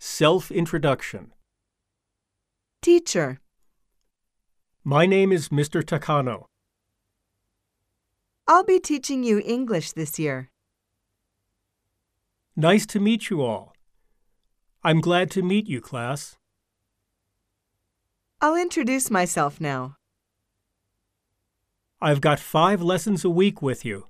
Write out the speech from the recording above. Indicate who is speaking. Speaker 1: Self introduction.
Speaker 2: Teacher,
Speaker 1: My name is Mr. Takano.
Speaker 2: I'll be teaching you English this year.
Speaker 1: Nice to meet you all. I'm glad to meet you, class.
Speaker 2: I'll introduce myself now.
Speaker 1: I've got five lessons a week with you.